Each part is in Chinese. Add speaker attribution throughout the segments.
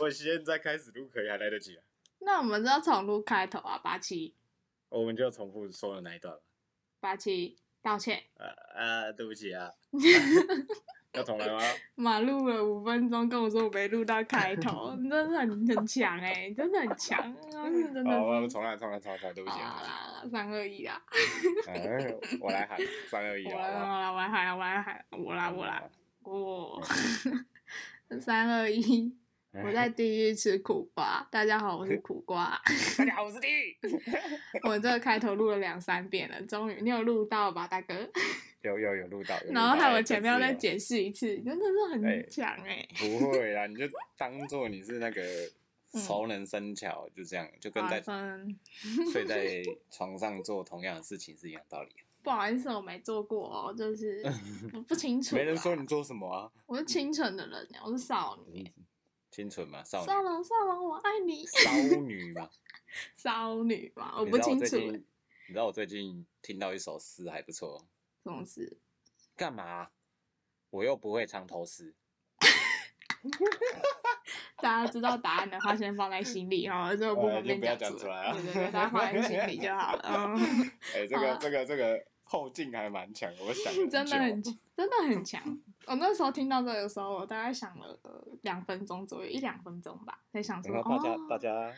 Speaker 1: 我现在开始录可以还来得及啊，
Speaker 2: 那我们就要重录开头啊，八七
Speaker 1: 哦我们就重复说的那一段吧。
Speaker 2: 八七，道歉，
Speaker 1: 呃呃，对不起啊，要重来吗？
Speaker 2: 马录了五分钟，跟我说我没录到开 头，你真的很很强哎、真的很强，是 真的
Speaker 1: 好，哦我们
Speaker 2: 是。
Speaker 1: 重来，重来，重来，重来，对不起啊，
Speaker 2: 啊，三二一啊！
Speaker 1: 对不起啊。哎我来喊三二一
Speaker 2: 我
Speaker 1: 啊，
Speaker 2: 来，
Speaker 1: 好
Speaker 2: 我来，我来喊啊，我来喊啊，我
Speaker 1: 不
Speaker 2: 来，
Speaker 1: 好
Speaker 2: 我来，，我。
Speaker 1: 嗯
Speaker 2: 三二一，我
Speaker 1: 哎
Speaker 2: 在地狱吃苦瓜。大家好，我是苦瓜。
Speaker 1: 大家好，我是地狱。
Speaker 2: 我这个开头录了两三遍了，终于你有录到吧，大哥？
Speaker 1: 有有有录到，有录
Speaker 2: 然后
Speaker 1: 到
Speaker 2: 害
Speaker 1: 哎
Speaker 2: 我
Speaker 1: 这
Speaker 2: 前面要
Speaker 1: 次
Speaker 2: 再
Speaker 1: 有
Speaker 2: 解释一次，真的是
Speaker 1: 哎
Speaker 2: 很强哎、
Speaker 1: 不会啦，你就当做你是那个
Speaker 2: 嗯
Speaker 1: 熟能生巧，就这样，就跟
Speaker 2: 好嗯
Speaker 1: 在
Speaker 2: 真
Speaker 1: 睡在床上做同样的事情是一样道理。
Speaker 2: 不好意思，我没做过哦，就是 我不清楚啦。
Speaker 1: 没人说你做什么啊？
Speaker 2: 我是清纯的人，欸我是少女，
Speaker 1: 清纯嘛， 少
Speaker 2: 少
Speaker 1: 女，
Speaker 2: 龙少龙，我爱你，
Speaker 1: 骚女嘛。
Speaker 2: 少女嘛，我哦
Speaker 1: 你
Speaker 2: 不
Speaker 1: 知道
Speaker 2: 清
Speaker 1: 最
Speaker 2: 楚欸
Speaker 1: 近你知道我最近听到一首诗还不错，
Speaker 2: 这种事。
Speaker 1: 干嘛？我又不会唱头诗。
Speaker 2: 大家知道答案的话，先放在心里哈，这个不
Speaker 1: 呃
Speaker 2: 方
Speaker 1: 就
Speaker 2: 便
Speaker 1: 不要
Speaker 2: 讲
Speaker 1: 讲出来啊
Speaker 2: 对对对，大家放在心里就好了。 嗯，
Speaker 1: 哎、这
Speaker 2: 好
Speaker 1: 个
Speaker 2: 啊
Speaker 1: 这个这个后劲还蛮强，我想
Speaker 2: 真的
Speaker 1: 很
Speaker 2: 很
Speaker 1: 久。
Speaker 2: 强真的很强。我那时候听到这个时候，我大概想了呃两分钟左右，一两分钟吧，才想说
Speaker 1: 然后大家、
Speaker 2: 哦，
Speaker 1: 大家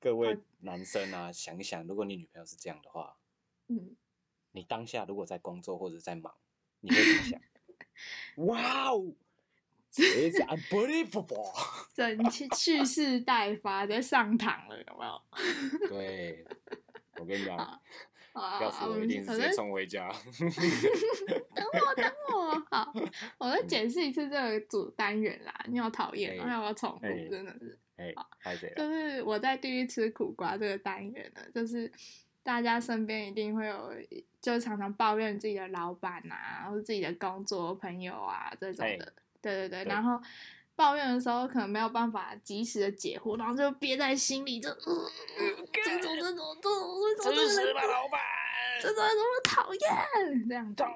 Speaker 1: 各位男生啊，想一想，如果你女朋友是这样的话，
Speaker 2: 嗯，
Speaker 1: 你当下如果在工作或者在忙，你会怎么想？哇哦，It's unbelievable！
Speaker 2: 整期蓄势待发，直接上膛了，有没有？
Speaker 1: 对，我跟 你讲，
Speaker 2: 啊，
Speaker 1: 要是
Speaker 2: 我
Speaker 1: 我一
Speaker 2: 们
Speaker 1: 定是
Speaker 2: 反
Speaker 1: 直接
Speaker 2: 正
Speaker 1: 冲回家。
Speaker 2: 等我，等我，哦好，我再解释一次这个主单元啦。你好讨厌哦，
Speaker 1: 嗯哎
Speaker 2: 让我重复
Speaker 1: 哎，
Speaker 2: 真的是，
Speaker 1: 哎，拍谁了？
Speaker 2: 就是我在地狱吃苦瓜这个单元呢，就是大家身边一定会有，就是常常抱怨自己的老板啊，或者自己的工作朋友啊这种的，对对对，
Speaker 1: 哎对
Speaker 2: 然后。抱怨的时候可能没有办法及时的解惑，然后就憋在心里，就、 嗯嗯、这种这种这种为什么这个人
Speaker 1: 老板，
Speaker 2: 这种人怎么讨厌这样子？
Speaker 1: 厌。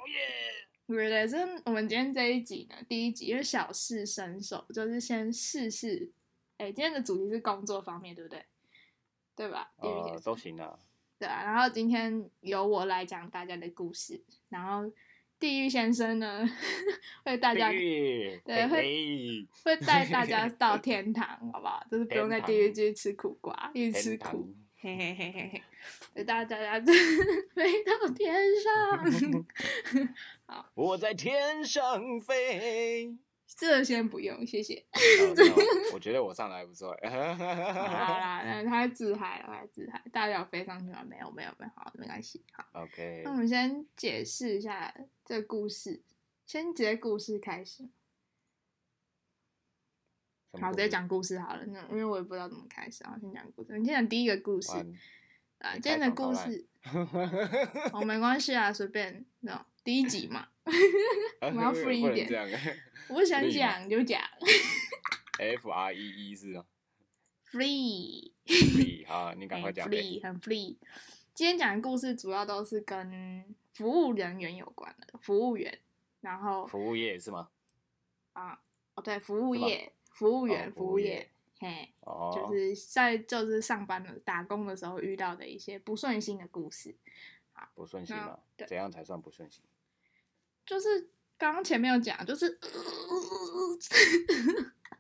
Speaker 2: 对对，这我们今天这一集呢，第一集因为小试身手，就是先试试。哎，今天的主题是工作方面，对不对？对吧？第一
Speaker 1: 呃，
Speaker 2: 集
Speaker 1: 都行啊。
Speaker 2: 对啊。然后今天由我来讲大家的故事，然后地狱先生呢 会大家
Speaker 1: 地狱
Speaker 2: 对会
Speaker 1: 嘿
Speaker 2: 会带大家到天堂，好不好？就是不用在地狱
Speaker 1: 天堂
Speaker 2: 继续吃苦瓜，一直
Speaker 1: 嘿
Speaker 2: 吃
Speaker 1: 天
Speaker 2: 苦
Speaker 1: 堂，
Speaker 2: 嘿嘿嘿 嘿嘿，所以大家大家 飞到天 上。
Speaker 1: 我在天上 飞。
Speaker 2: 这先不用，谢 谢。
Speaker 1: 哦真的吗我觉得我上来不错。
Speaker 2: 好啦，那他自嗨了，他自嗨，大家有飞上去吗？没有，没有，没有，好，没关系。好，
Speaker 1: OK，
Speaker 2: 那我们先解释一下这故事，先直接故事开始。
Speaker 1: 什么
Speaker 2: 好，
Speaker 1: 故
Speaker 2: 直接
Speaker 1: 事。
Speaker 2: 讲故事好了，那因为我也不知道怎么开始，好，先讲故事。你先讲第一个故事
Speaker 1: 完
Speaker 2: 啊，
Speaker 1: 你
Speaker 2: 今天
Speaker 1: 开
Speaker 2: 的
Speaker 1: 场超
Speaker 2: 故
Speaker 1: 烂
Speaker 2: 事 哦，没关系啊，随便，那种第一集 嘛，
Speaker 1: 我
Speaker 2: 们要 free 一点
Speaker 1: 这样。
Speaker 2: 我想
Speaker 1: 立马
Speaker 2: 讲啊就 讲
Speaker 1: F R E E 是吗
Speaker 2: ，free。
Speaker 1: ？Free 好，你赶快
Speaker 2: 很
Speaker 1: 讲。
Speaker 2: free，很 free。今天讲的故事主要都是跟服务人员有关的，服务员，然后
Speaker 1: 服务业是吗？
Speaker 2: 啊，哦对，服务
Speaker 1: 是吧
Speaker 2: 业，服务员，
Speaker 1: 哦
Speaker 2: 服
Speaker 1: 服
Speaker 2: 务
Speaker 1: 务
Speaker 2: 业
Speaker 1: 业，
Speaker 2: 嘿，
Speaker 1: 哦，
Speaker 2: 就是在就是上班的打工的时候遇到的一些不顺心的故事，
Speaker 1: 不顺心
Speaker 2: 那
Speaker 1: 啊
Speaker 2: 对？
Speaker 1: 怎样才算不顺心？
Speaker 2: 就是刚刚前面有讲，就是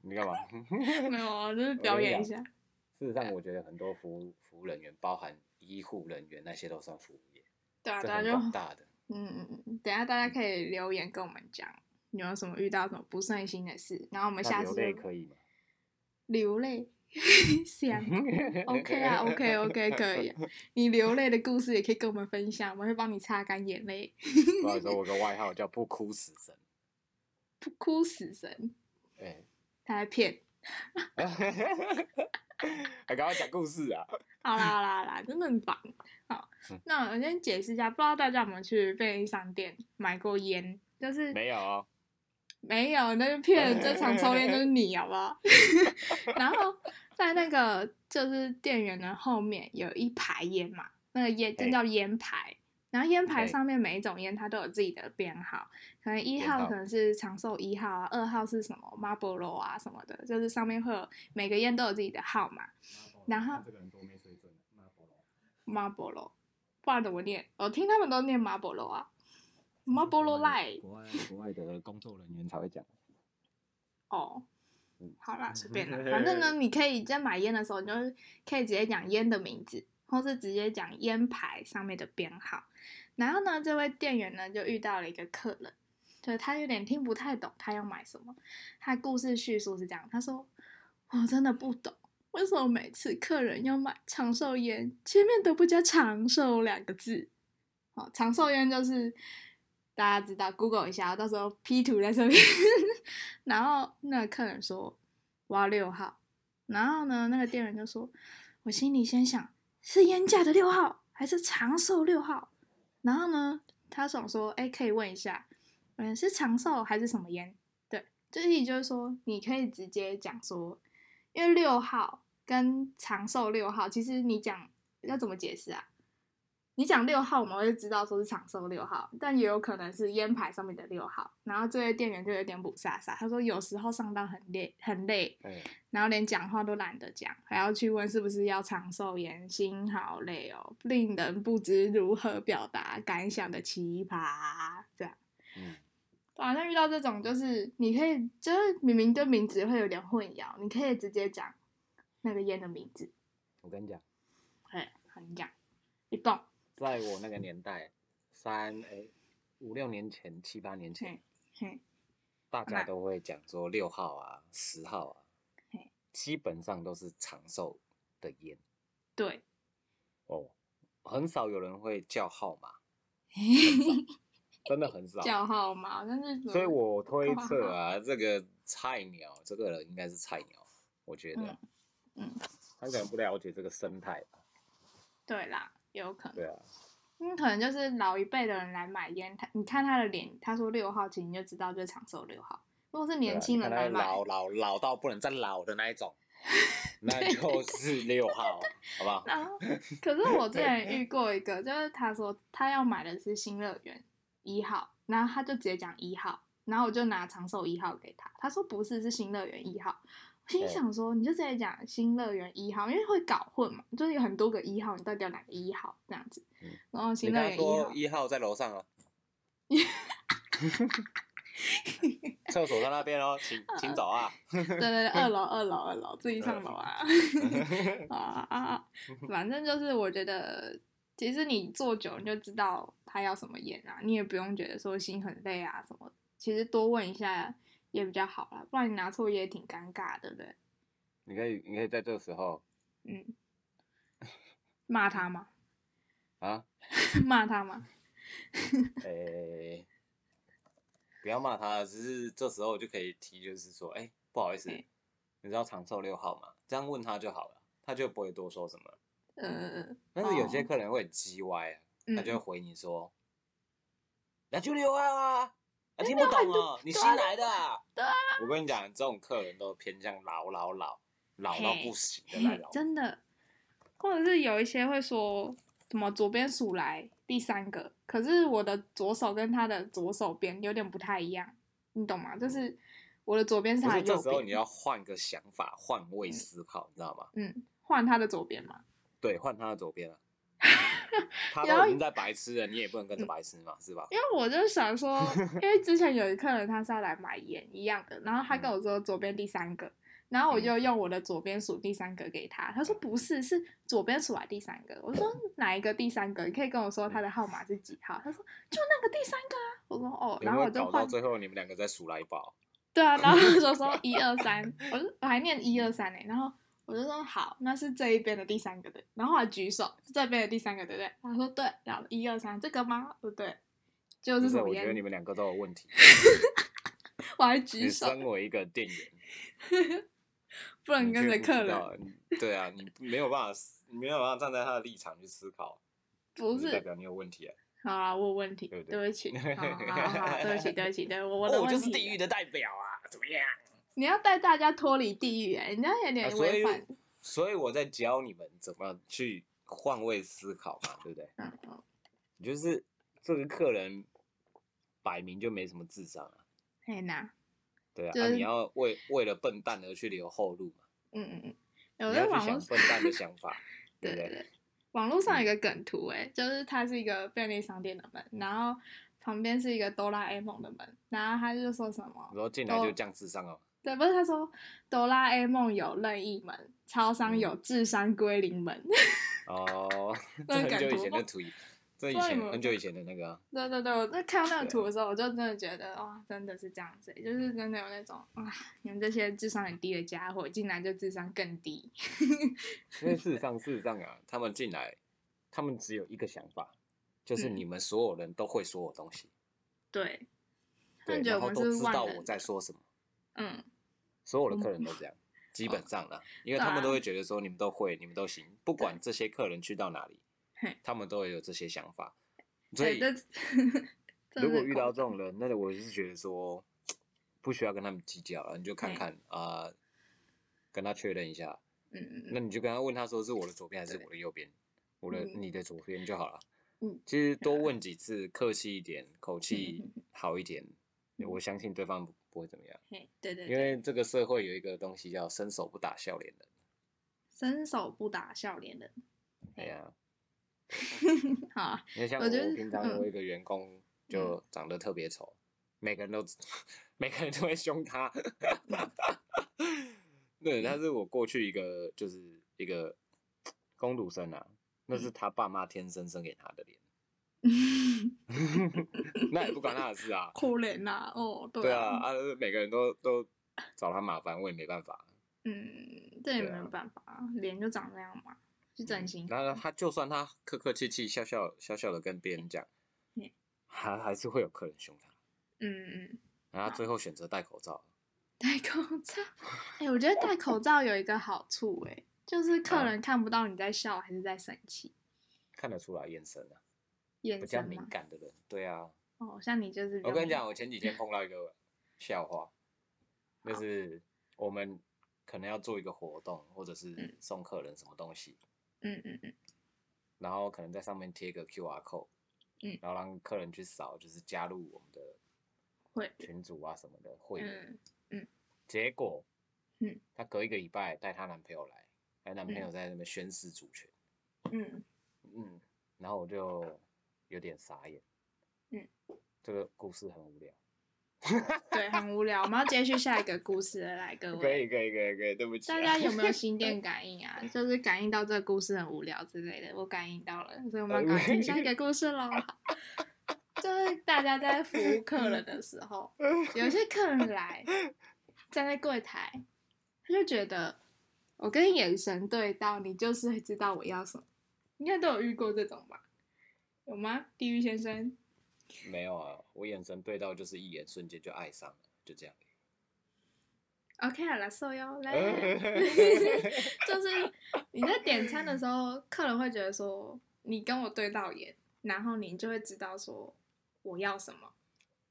Speaker 1: 你干嘛？
Speaker 2: 没有啊，就是
Speaker 1: 我
Speaker 2: 表
Speaker 1: 跟你
Speaker 2: 演一
Speaker 1: 讲
Speaker 2: 下，
Speaker 1: 事实上，我觉得很多服务服务人员，包含医护人员，那些都算服务业，
Speaker 2: 对啊，
Speaker 1: 这
Speaker 2: 对啊，
Speaker 1: 很
Speaker 2: 就
Speaker 1: 广大的。
Speaker 2: 嗯，嗯嗯，等一下大家可以留言跟我们讲。你有什么遇到什么不顺心的事？然后我们
Speaker 1: 那
Speaker 2: 下
Speaker 1: 流
Speaker 2: 次
Speaker 1: 泪
Speaker 2: 就
Speaker 1: 可以吗
Speaker 2: 流泪，想
Speaker 1: 嗯
Speaker 2: OK 啊，OK OK 可以。你流泪的故事也可以跟我们分享，我们会帮你擦干眼泪。
Speaker 1: 不好意思，我有个外号叫“不哭死神哎
Speaker 2: 不哭死神，”。
Speaker 1: 对，
Speaker 2: 他在骗。
Speaker 1: 还赶快讲故事啊！
Speaker 2: 好啦好啦好啦，真的很棒。好
Speaker 1: 嗯，
Speaker 2: 那我先解释一下，不知道大家有没有去便利商店买过烟？就是
Speaker 1: 没有哦，
Speaker 2: 没有，那就骗人。这场抽烟就是你，好不好？ 然后在那个就是店员的后面有一排烟嘛，那个烟
Speaker 1: 嘿
Speaker 2: 就叫烟排。然后烟牌
Speaker 1: 对
Speaker 2: 上面每一种烟它都有自己的编号，可能一
Speaker 1: 编
Speaker 2: 号
Speaker 1: 号
Speaker 2: 可能是长寿一号啊，二号是什么 Marlboro 啊什么的，就是上面会有每个烟都有自己的号码然后
Speaker 3: 这个人多没水准，啊妈宝龙
Speaker 2: Marlboro，不然怎么念？我听他们都念 Marlboro 啊，Marlboro Light
Speaker 3: 国外国外的工作人员才会讲。
Speaker 2: 哦。好啦，随便啦，反正呢，你可以在买烟的时候，你就是可以直接讲烟的名字，或是直接讲烟牌上面的编号。然后呢，这位店员呢就遇到了一个客人，就是他有点听不太懂他要买什么。他的故事叙述是这样，他说：“我真的不懂，为什么每次客人要买长寿烟，前面都不加‘长寿’两个字？好，长寿烟就是大家知道，Google 一下，到时候 P 图在上面。 然后那个客人说我要六号，然后呢，那个店员就说，我心里先想是烟架的六号还是长寿六号？然后呢，他想说，哎，可以问一下，嗯，是长寿还是什么烟？对，就是也就是说，你可以直接讲说，因为六号跟长寿六号，其实你讲要怎么解释啊？你讲六号，我们会知道说是长寿六号，但也有可能是烟牌上面的六号。然后这位店员就有点补傻傻，他说有时候上班很累，很累，
Speaker 1: 对，
Speaker 2: 然后连讲话都懒得讲，还要去问是不是要长寿烟，心好累哦，令人不知如何表达感想的奇葩，这样。
Speaker 1: 嗯，
Speaker 2: 反啊正遇到这种，就是你可以，就是明明对名字会有点混淆，你可以直接讲那个烟的名字，
Speaker 1: 我跟你讲，
Speaker 2: 哎，好你讲，你懂，
Speaker 1: 在我那个年代，三哎五六年前、七八年前
Speaker 2: 嘿，嘿，
Speaker 1: 大
Speaker 2: 那
Speaker 1: 家都会讲说六号啊、十号啊
Speaker 2: 嘿，
Speaker 1: 基本上都是长寿的烟
Speaker 2: 对，
Speaker 1: 哦，很少有人会叫号 码，
Speaker 2: 嘿
Speaker 1: 真的很少。
Speaker 2: 叫号码，但是
Speaker 1: 所以我推
Speaker 2: 哇
Speaker 1: 测啊，这个菜鸟，这个人应该是菜鸟，我觉得，
Speaker 2: 嗯嗯
Speaker 1: 他可能不了解这个生态吧，
Speaker 2: 对啦，有可能
Speaker 1: 对。啊，
Speaker 2: 因为可能就是老一辈的人来买烟，他你看他的脸，他说六号，其实你就知道就是长寿六号。如果是
Speaker 1: 对啊
Speaker 2: 年轻人
Speaker 1: 你
Speaker 2: 来
Speaker 1: 看他
Speaker 2: 买，
Speaker 1: 老老老到不能再老的那 一种，那就是六号，好不好？
Speaker 2: 然后啊可是我之前遇过一个，就是他说他要买的是新乐园一号，然后他就直接讲一号，然后我就拿长寿一号给他，他说不是，是新乐园一号。我心里
Speaker 1: 对
Speaker 2: 想说，你就直接讲新乐园一号，因为会搞混嘛，就是有很多个一号，你到底要哪个一号这样子
Speaker 1: 嗯。
Speaker 2: 然后
Speaker 1: 你
Speaker 2: 新乐
Speaker 1: 刚刚
Speaker 2: 园一号
Speaker 1: 说，一号在楼上啊， 厕所在那边哦，请请走 啊，
Speaker 2: 对对对，二楼二楼二楼，自己上楼啊。 啊啊！啊！反正就是我觉得，其实你做久你就知道他要什么烟啊，你也不用觉得说心很累啊什么的。其实多问一下也比较好啦，不然你拿错也挺尴尬，对不对？
Speaker 1: 你可以你可以在这时候
Speaker 2: 嗯，骂他吗？
Speaker 1: 啊，
Speaker 2: 骂他吗？
Speaker 1: 诶、不要骂他，只是这时候就可以提，就是说，哎、不好意思，
Speaker 2: 哎
Speaker 1: 你知道长寿六号吗？这样问他就好了，他就不会多说什么了。
Speaker 2: 呃，
Speaker 1: 但是有
Speaker 2: 哦
Speaker 1: 些客人会很鸡歪啊，他
Speaker 2: 嗯，
Speaker 1: 就会回你说，那就六号啊，啊听不懂哦，你
Speaker 2: 对
Speaker 1: 新
Speaker 2: 啊
Speaker 1: 来的、啊。
Speaker 2: 对啊
Speaker 1: 我跟你讲，这种客人都偏向老老老老到
Speaker 2: 嘿
Speaker 1: 不行的那
Speaker 2: 嘿
Speaker 1: 种。
Speaker 2: 真的，或者是有一些会说什么左边数来第三个，可是我的左手跟他的左手边有点不太一样，你懂吗？就是我的左边是
Speaker 1: 不
Speaker 2: 他
Speaker 1: 是，
Speaker 2: 的
Speaker 1: 这
Speaker 2: 右
Speaker 1: 时候
Speaker 2: 边，
Speaker 1: 你要换个想法，换位
Speaker 2: 嗯
Speaker 1: 思考，你知道吗？
Speaker 2: 嗯，换他的左边嘛，
Speaker 1: 对，换他的 左边啊。他
Speaker 2: 然后嗯
Speaker 1: 都已经在白痴了，你也不能跟着白痴嘛，是吧？
Speaker 2: 因为我就想 说，因为之前有一客人他是要来买盐一样的，然后
Speaker 1: 嗯
Speaker 2: 他跟我说左边第三个，然后我就用我的左边数第三个给他，他说不是，是左边数来第三个。我
Speaker 1: 嗯
Speaker 2: 说哪一个第三个？你可以跟我说他的号码是几号？他说就那个第三个啊。我说哦，
Speaker 1: 你
Speaker 2: 然后我
Speaker 1: 会
Speaker 2: 就
Speaker 1: 搞到
Speaker 2: 换
Speaker 1: 最后你们两个在数来宝，
Speaker 2: 对啊，然后他就 说一二三，我就我还念一二三呢，然后我就说好，那是这一边的第三个对，然后我还举手是这边的第三个对不对？他说对，然后一二三这个吗？不对，就
Speaker 1: 不
Speaker 2: 是什
Speaker 1: 是？
Speaker 2: 么
Speaker 1: 我觉得
Speaker 2: 烟
Speaker 1: 你？们两个都有问题。
Speaker 2: 我还
Speaker 1: 你
Speaker 2: 举手，
Speaker 1: 身为一个 店员，
Speaker 2: 不能
Speaker 1: 你
Speaker 2: 跟
Speaker 1: 却
Speaker 2: 着
Speaker 1: 不
Speaker 2: 客人，
Speaker 1: 知道，你对啊，你没有办法，你没有办法站在他的立场去思考，
Speaker 2: 不
Speaker 1: 就代
Speaker 2: 是？
Speaker 1: 表你有问题啊。
Speaker 2: 好啊，我有问题，
Speaker 1: 对不
Speaker 2: 对
Speaker 1: 对
Speaker 2: 不起， 好好好好，对不起，对不起，对我我的
Speaker 1: 哦我
Speaker 2: 问
Speaker 1: 就是
Speaker 2: 题
Speaker 1: 地狱
Speaker 2: 了。
Speaker 1: 的代表啊，怎么样？
Speaker 2: 你要带大家脱离地狱，哎，你这样有
Speaker 1: 啊
Speaker 2: 点
Speaker 1: 所
Speaker 2: 违
Speaker 1: 以
Speaker 2: 反。，
Speaker 1: 所以我在教你们怎么去换位思考嘛，对不对？
Speaker 2: 嗯嗯，
Speaker 1: 你就是这个客人摆明就没什么智商啊，
Speaker 2: 嘿呐，
Speaker 1: 对啊，
Speaker 2: 就
Speaker 1: 啊
Speaker 2: 是
Speaker 1: 你要为为了笨蛋而去留后路嘛，
Speaker 2: 嗯嗯嗯，
Speaker 1: 你
Speaker 2: 有在
Speaker 1: 要
Speaker 2: 网
Speaker 1: 去
Speaker 2: 络
Speaker 1: 想笨蛋的想 法，对
Speaker 2: 对
Speaker 1: 不
Speaker 2: 对
Speaker 1: 对？
Speaker 2: 对，
Speaker 1: 嗯
Speaker 2: 网络上有一个梗图、欸，就是它是一个便利商店的门，然后旁边是一个哆啦 A 梦的门，然后他就说什么
Speaker 1: 然，后进来就
Speaker 2: 哦
Speaker 1: 降智商哦，
Speaker 2: 对，不是他说哆啦 A 梦有任意门，超商
Speaker 1: 嗯
Speaker 2: 有智商归零门，
Speaker 1: 哦，
Speaker 2: 那
Speaker 1: 这
Speaker 2: 个梗
Speaker 1: 很久以
Speaker 2: 图
Speaker 1: 前
Speaker 2: 不
Speaker 1: 的图，这以
Speaker 2: 不知道有
Speaker 1: 前
Speaker 2: 没有
Speaker 1: 很久以前的那个 啊，
Speaker 2: 对对对，我在看到那个
Speaker 1: 对啊
Speaker 2: 图的时候，我就真的觉得哇，真的是这样子欸，就是真的有那种啊，你们这些智商很低的家伙进来就智商更低，
Speaker 1: 因为事实上，事实上啊，他们进来，他们只有一个想法，就是
Speaker 2: 嗯
Speaker 1: 你们所有人都会说我东西，
Speaker 2: 对，他
Speaker 1: 对，
Speaker 2: 们觉得
Speaker 1: 然
Speaker 2: 我们
Speaker 1: 后都
Speaker 2: 是
Speaker 1: 知道
Speaker 2: 万
Speaker 1: 我
Speaker 2: 能，
Speaker 1: 在说什么，
Speaker 2: 嗯，
Speaker 1: 所有
Speaker 2: 我
Speaker 1: 的
Speaker 2: 们
Speaker 1: 客人都这 样，基本上啦，因为
Speaker 2: 对
Speaker 1: 他们
Speaker 2: 啊
Speaker 1: 都会觉得说你们都会，你们都行，不管
Speaker 2: 对
Speaker 1: 这些客人去到哪里
Speaker 2: 嘿，
Speaker 1: 他们都会有这些想法，所
Speaker 2: 对，
Speaker 1: 以
Speaker 2: 这 真
Speaker 1: 如
Speaker 2: 的
Speaker 1: 果
Speaker 2: 是
Speaker 1: 遇
Speaker 2: 夸
Speaker 1: 到
Speaker 2: 张
Speaker 1: 这种人，那我是觉得说不需要跟他们计较了，你就看
Speaker 2: 嘿
Speaker 1: 看啊、呃跟他确认一下，
Speaker 2: 嗯嗯嗯
Speaker 1: 那你就跟他问他说是我的左边还是
Speaker 2: 对
Speaker 1: 我的右边，我的
Speaker 2: 嗯
Speaker 1: 你的左边就好了。
Speaker 2: 嗯，
Speaker 1: 其实多问几次，客气一点，口 气
Speaker 2: 嗯嗯
Speaker 1: 好一点，
Speaker 2: 嗯
Speaker 1: 我相信对方不不会怎么样。
Speaker 2: 嘿，对对
Speaker 1: 因
Speaker 2: 对，
Speaker 1: 为这个社会有一个东西叫伸手不打笑脸人，
Speaker 2: 伸手不打笑脸人。
Speaker 1: 哎
Speaker 2: 嘿
Speaker 1: 呀，
Speaker 2: 好啊，
Speaker 1: 因为像
Speaker 2: 我
Speaker 1: 我
Speaker 2: 觉得
Speaker 1: 平常
Speaker 2: 嗯。
Speaker 1: 有一个员工就长得特别丑，每个人都 每个人都会凶他。对，但是我过去一个就是一个工读生啊，那是他爸妈天生生给他的脸。那也不关他的事啊
Speaker 2: 可怜呐，哦，
Speaker 1: 对啊，
Speaker 2: 啊，
Speaker 1: 啊，每个人都都找他麻烦，我也没办法。
Speaker 2: 嗯，这也没
Speaker 1: 对啊嗯
Speaker 2: 有办法，脸就长那样嘛，去整形。
Speaker 1: 然后他就算他客客气气、笑笑笑笑的跟别人讲
Speaker 2: 嗯，
Speaker 1: 还还是会有客人凶他。
Speaker 2: 嗯嗯，
Speaker 1: 然后他最后选择戴口罩，
Speaker 2: 戴口罩，哎，我觉得戴口罩有一个好处，哎，就是客
Speaker 1: 啊
Speaker 2: 人看不到你在笑还是在生气，
Speaker 1: 看得出来眼神啊，比
Speaker 2: 眼
Speaker 1: 较
Speaker 2: 神
Speaker 1: 敏
Speaker 2: 嘛。
Speaker 1: 感的人。对啊，
Speaker 2: 哦，像你就是比
Speaker 1: 我
Speaker 2: 较
Speaker 1: 跟你
Speaker 2: 敏
Speaker 1: 讲，我前几天碰到一个笑话，就是我们可能要做一个活动，或者是
Speaker 2: 嗯
Speaker 1: 送客人什么东西，
Speaker 2: 嗯嗯嗯，
Speaker 1: 然后可能在上面贴个 QR code，
Speaker 2: 嗯
Speaker 1: 然后让客人去扫，就是加入我们的
Speaker 2: 会，
Speaker 1: 群组啊什么的会员。
Speaker 2: 嗯
Speaker 1: 结果，
Speaker 2: 嗯，
Speaker 1: 她隔一个礼拜带她男朋友来，她男朋友
Speaker 2: 嗯
Speaker 1: 在那边宣誓主权，
Speaker 2: 嗯
Speaker 1: 嗯，然后我就有点傻眼，
Speaker 2: 嗯，
Speaker 1: 这个故事很无聊。
Speaker 2: 对，很无聊。我们要接续下一个故事了来，各
Speaker 1: 可
Speaker 2: 位
Speaker 1: 以。可以可以可以，对不起、啊，
Speaker 2: 大家有没有心 电感应啊？就是感应到这个故事很无聊之类的，我感应到了，所以
Speaker 1: 哦
Speaker 2: 我们要赶快听下一个故事喽。 就是大家在服务客人的时候，有些客人来站在柜台，他就觉得我跟眼神对到，你就是会知道我要什么。应该都有遇过这种吧？有吗？地狱先生，
Speaker 1: 没有啊，我眼神对到就是一眼瞬间就爱上了，就这样。
Speaker 2: OK 啊，来受邀来，
Speaker 1: 嗯
Speaker 2: 就是你在点餐的时候，客人会觉得说你跟我对到眼，然后你就会知道说我要什么。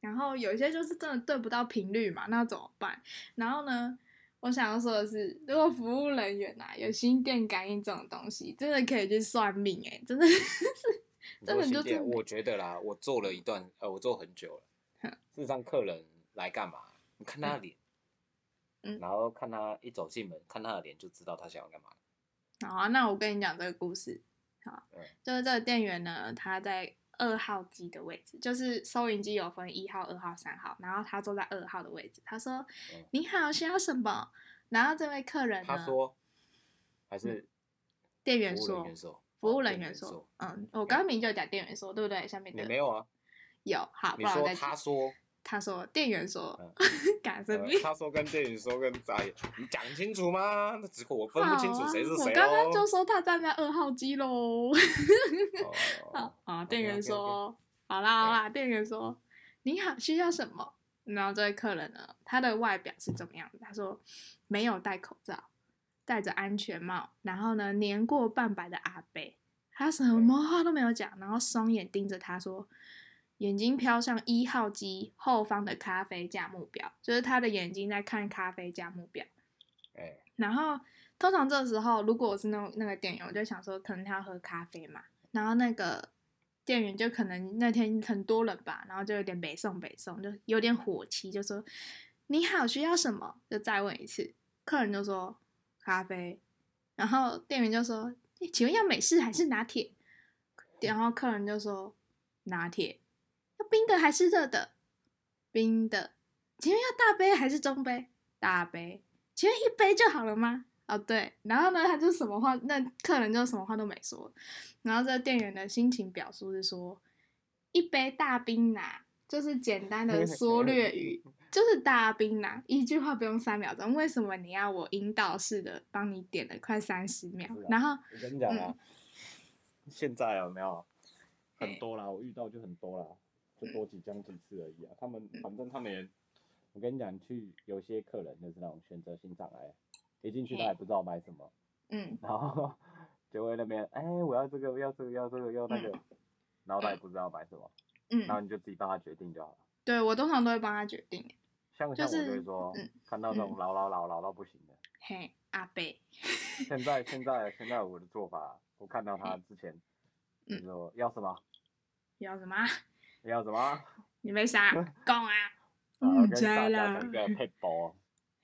Speaker 2: 然后有一些就是真的对不到频率嘛，那怎么办？然后呢，我想要说的是，如果服务人员啊有心电感应这种东西，真的可以去算命哎、真的是 真的
Speaker 1: 你说
Speaker 2: 就
Speaker 1: 心电
Speaker 2: 真的
Speaker 1: 我觉得啦，我做了一段，呃，我做很久了
Speaker 2: 哼。
Speaker 1: 事实上，客人来干嘛？你看他的脸，
Speaker 2: 嗯
Speaker 1: 然后看他一走进门，看他的脸就知道他想要干嘛。
Speaker 2: 好啊，那我跟你讲这个故事。好
Speaker 1: 嗯，
Speaker 2: 就是这个店员呢，他在二号机的位置，就是收银机有分一号、二号、三号，然后他坐在二号的位置。他说
Speaker 1: 嗯：“
Speaker 2: 你好，需要什么？”然后这位客人呢，
Speaker 1: 他说，还是
Speaker 2: 店
Speaker 1: 服
Speaker 2: 员
Speaker 1: 务人
Speaker 2: 嗯说
Speaker 1: 员，说，
Speaker 2: 服
Speaker 1: 哦
Speaker 2: 务人
Speaker 1: 店
Speaker 2: 员
Speaker 1: 说
Speaker 2: 说，，嗯，我刚刚明就有讲店员说，对不对？下面
Speaker 1: 你
Speaker 2: 的
Speaker 1: 没有啊？
Speaker 2: 有好，不
Speaker 1: 你
Speaker 2: 然我
Speaker 1: 说
Speaker 2: 再
Speaker 1: 他
Speaker 2: 讲。
Speaker 1: 说，
Speaker 2: 他说店员说
Speaker 1: 嗯，
Speaker 2: 敢
Speaker 1: 呃
Speaker 2: 生病。
Speaker 1: 他说跟店员说跟哎，你讲清楚吗？那只我分不清楚谁是
Speaker 2: 好啊
Speaker 1: 谁
Speaker 2: 我刚刚
Speaker 1: 哦。
Speaker 2: 就说他站在二号机喽。
Speaker 1: 哦
Speaker 2: 好啊，
Speaker 1: OK，
Speaker 2: 店员
Speaker 1: OK，OK
Speaker 2: 说：“好啦好啦。”店员说：“你好，需要什么？”然后这位客人呢，他的外表是怎么样的？他说：“没有戴口罩，戴着安全帽，然后呢，年过半百的阿伯，他什么话都没有讲，然后双眼盯着他说。”眼睛飘向一号机后方的咖啡架目标，就是他的眼睛在看咖啡架目标。
Speaker 1: 哎，
Speaker 2: 然后通常这时候，如果我是那种那个店员，我就想说，可能他要喝咖啡嘛。然后那个店员就可能那天很多人吧，然后就有点北送北送，就有点火气，就说你好，需要什么？就再问一次，客人就说咖啡，然后店员就说，诶请问要美式还是拿铁？然后客人就说拿铁，要冰的还是热的？冰的，请问要大杯还是中杯？大杯，请问一杯就好了吗？哦，对，然后呢，他就什么话，那客人就什么话都没说，然后这店员的心情表述是说，一杯大冰拿，就是简单的缩略语，就是大冰拿，一句话不用三秒钟。为什么你要我引导式的帮你点了快三十秒
Speaker 1: 是啊？
Speaker 2: 然后
Speaker 1: 我跟你讲
Speaker 2: 嗯
Speaker 1: 啊，现在有没有很多啦？我遇到就很
Speaker 2: 嗯
Speaker 1: 多啦，就多几讲几次而已啊。他们反正他们也，我跟你讲，去有些客人就是那种选择性障碍，一进去他也不知道买什么，
Speaker 2: 嗯，
Speaker 1: 然后就会那边哎，我要这个，我要这个，要这个，要那个，然后他也不知道买什么，
Speaker 2: 嗯
Speaker 1: 然，后你就自己帮他决定就好了。
Speaker 2: 对我通常都会帮他决定。
Speaker 1: 像
Speaker 2: 就
Speaker 1: 像我就会
Speaker 2: 是
Speaker 1: 说
Speaker 2: 嗯，
Speaker 1: 看到这种老老老老到不行的，
Speaker 2: 嘿，阿贝，
Speaker 1: 现在现在现在我的做法，我看到他之前，
Speaker 2: 嗯
Speaker 1: 就说要什么
Speaker 2: 要什么啊？
Speaker 1: 要什么。
Speaker 2: 你没啥 讲啊？
Speaker 1: 然后
Speaker 2: 嗯，
Speaker 1: 跟
Speaker 2: 知
Speaker 1: 大家
Speaker 2: 啦
Speaker 1: 讲一。个配包，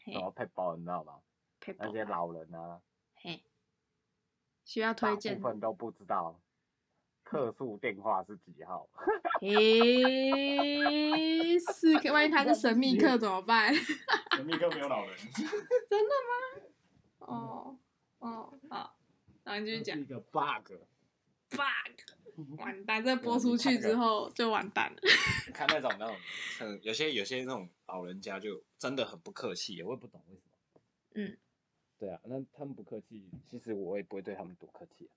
Speaker 2: 嘿
Speaker 1: 什，么配包你知道吗？
Speaker 2: 佩
Speaker 1: 那
Speaker 2: 宝
Speaker 1: 些，老人啊，
Speaker 2: 嘿，需要
Speaker 1: 大
Speaker 2: 推荐嗯
Speaker 1: 部
Speaker 2: 的
Speaker 1: 分都不知道客诉电话是几号，
Speaker 2: 诶，是，万一他是神秘客怎么办？
Speaker 3: 神秘哥没有老人，
Speaker 2: 哦，哦，好，然后你继续
Speaker 3: 这
Speaker 2: 讲
Speaker 3: 是一个 bug。
Speaker 2: bug，完蛋，这播出去之后就完蛋了。
Speaker 1: 看那种那 种，嗯，有些有些那种老人家就真的很不客气，我也不懂为什么。
Speaker 2: 嗯，
Speaker 1: 对啊，那他们不客气，其实我也不会对他们多客气啊、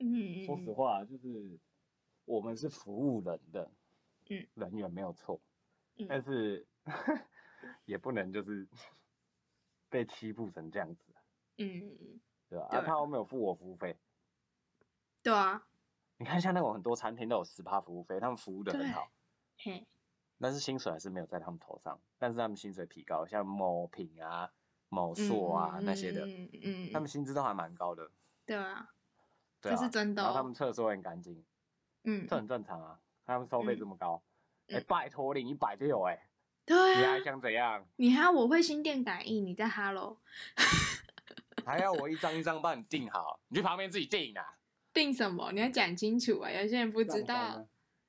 Speaker 2: 嗯
Speaker 1: 说实话，就是我们是服务人的，
Speaker 2: 嗯，
Speaker 1: 人员没有错，
Speaker 2: 嗯
Speaker 1: 但是 也不能就是 被欺负成这样子啊，
Speaker 2: 嗯，
Speaker 1: 对吧、啊？
Speaker 2: 对
Speaker 1: 他又没有付我服务费，
Speaker 2: 对啊，
Speaker 1: 你看像那种很多餐厅都有十趴服务费，他们服务的很
Speaker 2: 对
Speaker 1: 好，
Speaker 2: 嘿，
Speaker 1: 但是薪水还是没有在他们头上，但是他们薪水提高，像某品啊、某硕啊、那些的，
Speaker 2: 嗯嗯，
Speaker 1: 他们薪资都还蛮高的，
Speaker 2: 对啊，
Speaker 1: 对啊，
Speaker 2: 这是真的
Speaker 1: 然后他
Speaker 2: 哦
Speaker 1: 们厕所很干净，
Speaker 2: 嗯
Speaker 1: 这，很正常啊，他们收费
Speaker 2: 嗯
Speaker 1: 这么高，哎、
Speaker 2: 嗯
Speaker 1: 拜托领一百六哎。你
Speaker 2: 对
Speaker 1: 还
Speaker 2: 啊，
Speaker 1: 想怎样？
Speaker 2: 你还要我会心电感应，你在 Hello
Speaker 1: 还要我一张一张帮你订好，你去旁边自己订啊。
Speaker 2: 定什么？你要讲清楚啊，有些人不知
Speaker 3: 账单
Speaker 2: 道
Speaker 3: 啊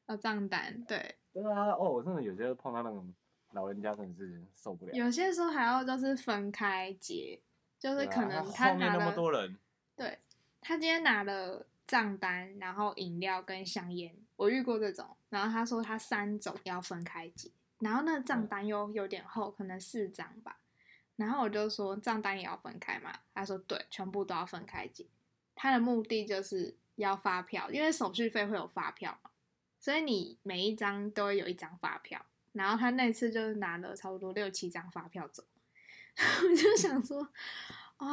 Speaker 2: 要账单，对。
Speaker 1: 对啊，哦，我真的有些碰到那种老人家，真的是受不了。
Speaker 2: 有些时候还要就是分开结，就是
Speaker 1: 对啊
Speaker 2: 可能
Speaker 1: 后
Speaker 2: 他
Speaker 1: 面
Speaker 2: 拿
Speaker 1: 那
Speaker 2: 了，
Speaker 1: 么多人，
Speaker 2: 对他今天拿了账单，然后饮料跟香烟，我遇过这种，然后他说他三种要分开结，然后那个账
Speaker 1: 嗯
Speaker 2: 单又有点厚，可能四张吧，然后我就说账单也要分开嘛，他说对，全部都要分开结，他的目的就是要发票，因为手续费会有发票嘛，所以你每一张都会有一张发票。然后他那次就是拿了差不多六七张发票走， 我就想说，哇，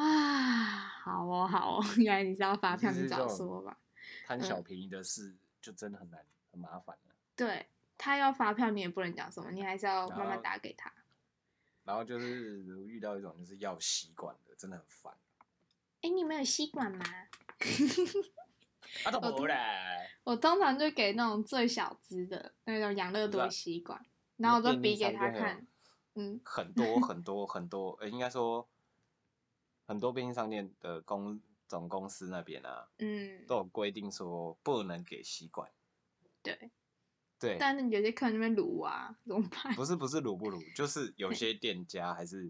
Speaker 2: 好哦好哦，原来你知道发票，
Speaker 1: 就是
Speaker 2: 你
Speaker 1: 这
Speaker 2: 早
Speaker 1: 种
Speaker 2: 说吧。嗯
Speaker 1: 贪小便宜的事就真的很难，很麻烦了。
Speaker 2: 对他要发票，你也不能讲什么，你还是要慢
Speaker 1: 然
Speaker 2: 慢
Speaker 1: 后
Speaker 2: 打给他。
Speaker 1: 然后就是遇到一种就是要吸管的，真的很烦。
Speaker 2: 哎，你们有吸管 吗？
Speaker 1: 啊，怎
Speaker 2: 哦
Speaker 1: 么
Speaker 2: 对
Speaker 1: 嘞？
Speaker 2: 我通常就给那种最小只的那种养乐
Speaker 1: 不是啊
Speaker 2: 多吸管，然后我就
Speaker 1: 便
Speaker 2: 比
Speaker 1: 利
Speaker 2: 给
Speaker 1: 商
Speaker 2: 他
Speaker 1: 店有
Speaker 2: 看。嗯
Speaker 1: 很多很多很多，呃，应该说很多便利商店的公总公司那边啊，
Speaker 2: 嗯，
Speaker 1: 都有规定说不能给吸管。
Speaker 2: 对。
Speaker 1: 对，
Speaker 2: 但是有些客人那边撸啊，怎么办？
Speaker 1: 不是不是卤不卤，就是有些店家还是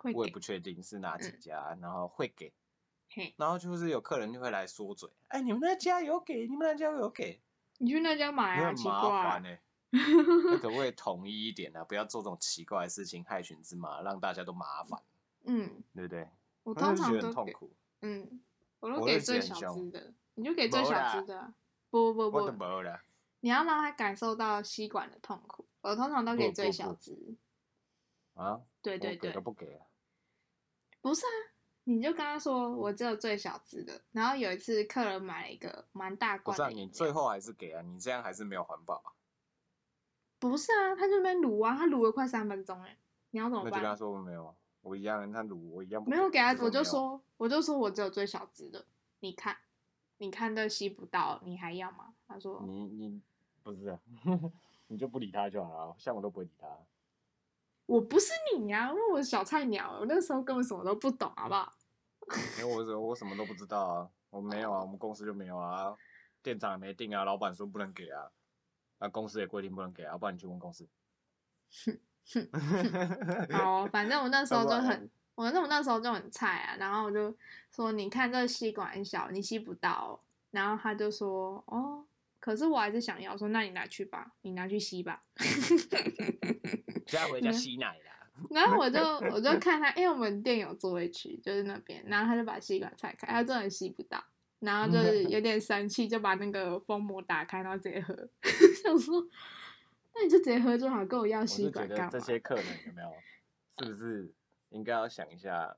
Speaker 2: 会
Speaker 1: 我
Speaker 2: 给
Speaker 1: 也不确定是哪几
Speaker 2: 嗯
Speaker 1: 家，然后会给，
Speaker 2: 嘿，
Speaker 1: 然后就是有客人就会来说嘴，哎，你们那家有给，你们那家有给，
Speaker 2: 你去那家买
Speaker 1: 你
Speaker 2: 啊，
Speaker 1: 很
Speaker 2: 奇
Speaker 1: 麻
Speaker 2: 怪。
Speaker 1: 烦呢、 那可不可以统一一点呢、啊不要做这种奇怪的事情，害群之马，让大家都麻烦，
Speaker 2: 嗯，
Speaker 1: 对不对？
Speaker 2: 我
Speaker 1: 我
Speaker 2: 通
Speaker 1: 就
Speaker 2: 常
Speaker 1: 觉得
Speaker 2: 都
Speaker 1: 很痛
Speaker 2: 给
Speaker 1: 苦，
Speaker 2: 嗯，我
Speaker 1: 我
Speaker 2: 都
Speaker 1: 会
Speaker 2: 给
Speaker 1: 觉
Speaker 2: 最
Speaker 1: 得很
Speaker 2: 小
Speaker 1: 凶
Speaker 2: 只的，你就给最
Speaker 1: 没
Speaker 2: 小
Speaker 1: 啦
Speaker 2: 只的啊。不不
Speaker 1: 我
Speaker 2: 不
Speaker 1: 都没有了。
Speaker 2: 你要让他感受到吸管的痛苦。我通常都给
Speaker 1: 不
Speaker 2: 最
Speaker 1: 不
Speaker 2: 小
Speaker 1: 不
Speaker 2: 只。
Speaker 1: 啊，
Speaker 2: 对
Speaker 1: 我
Speaker 2: 对
Speaker 1: 给
Speaker 2: 对
Speaker 1: 都，不给啊，
Speaker 2: 不是啊，你就跟他说我只有最小只的。然后有一次客人买了一个蛮大
Speaker 1: 不
Speaker 2: 罐
Speaker 1: 是、啊、
Speaker 2: 的
Speaker 1: 你
Speaker 2: 饮
Speaker 1: 最
Speaker 2: 料，
Speaker 1: 后还是给啊，你这样还是没有环保啊。
Speaker 2: 不是啊，他就在那边撸啊，他撸了快三分钟哎，你要怎么
Speaker 1: 那就跟他
Speaker 2: 办？
Speaker 1: 说我没有啊，我一样，那卤我一样不
Speaker 2: 没有给他，
Speaker 1: 说
Speaker 2: 我就
Speaker 1: 没有啊
Speaker 2: 说我就说我只有最小只的，你看你看都吸不到，你还要吗？他说
Speaker 1: 你你不是啊， 你就不理他就好了，啊像我都不会理他。
Speaker 2: 我不是你呀、因为我是小菜鸟，我那时候根本什么都不懂，好不好？
Speaker 1: 因为我什我什么都不知道啊，我没有啊，我们公司就没有啊，店长也没定啊，老板说不能给啊，啊公司也规定不能给啊，不然你去问公司。
Speaker 2: 好，哦反正我那时候就
Speaker 1: 要不然
Speaker 2: 很，我那我那时候就很菜啊，然后我就说，你看这个吸管很小，你吸不到哦、然后他就说，哦，可是我还是想要，我说那你拿去吧，你拿去吸吧。
Speaker 1: 现在回
Speaker 2: 嗯
Speaker 1: 家吸奶啦。
Speaker 2: 然后我就我就看他，因为我们店有座位区，就是那边，然后他就把吸管拆开，他真的吸不到，然后
Speaker 1: 嗯
Speaker 2: 就是有点生气，就把那个封膜打开，然后直接喝， 想说。那你就直接喝就好，跟我要
Speaker 1: 我
Speaker 2: 吸
Speaker 1: 是觉
Speaker 2: 管
Speaker 1: 得
Speaker 2: 干嘛
Speaker 1: 这？些客人有没有，是不是应该要想一下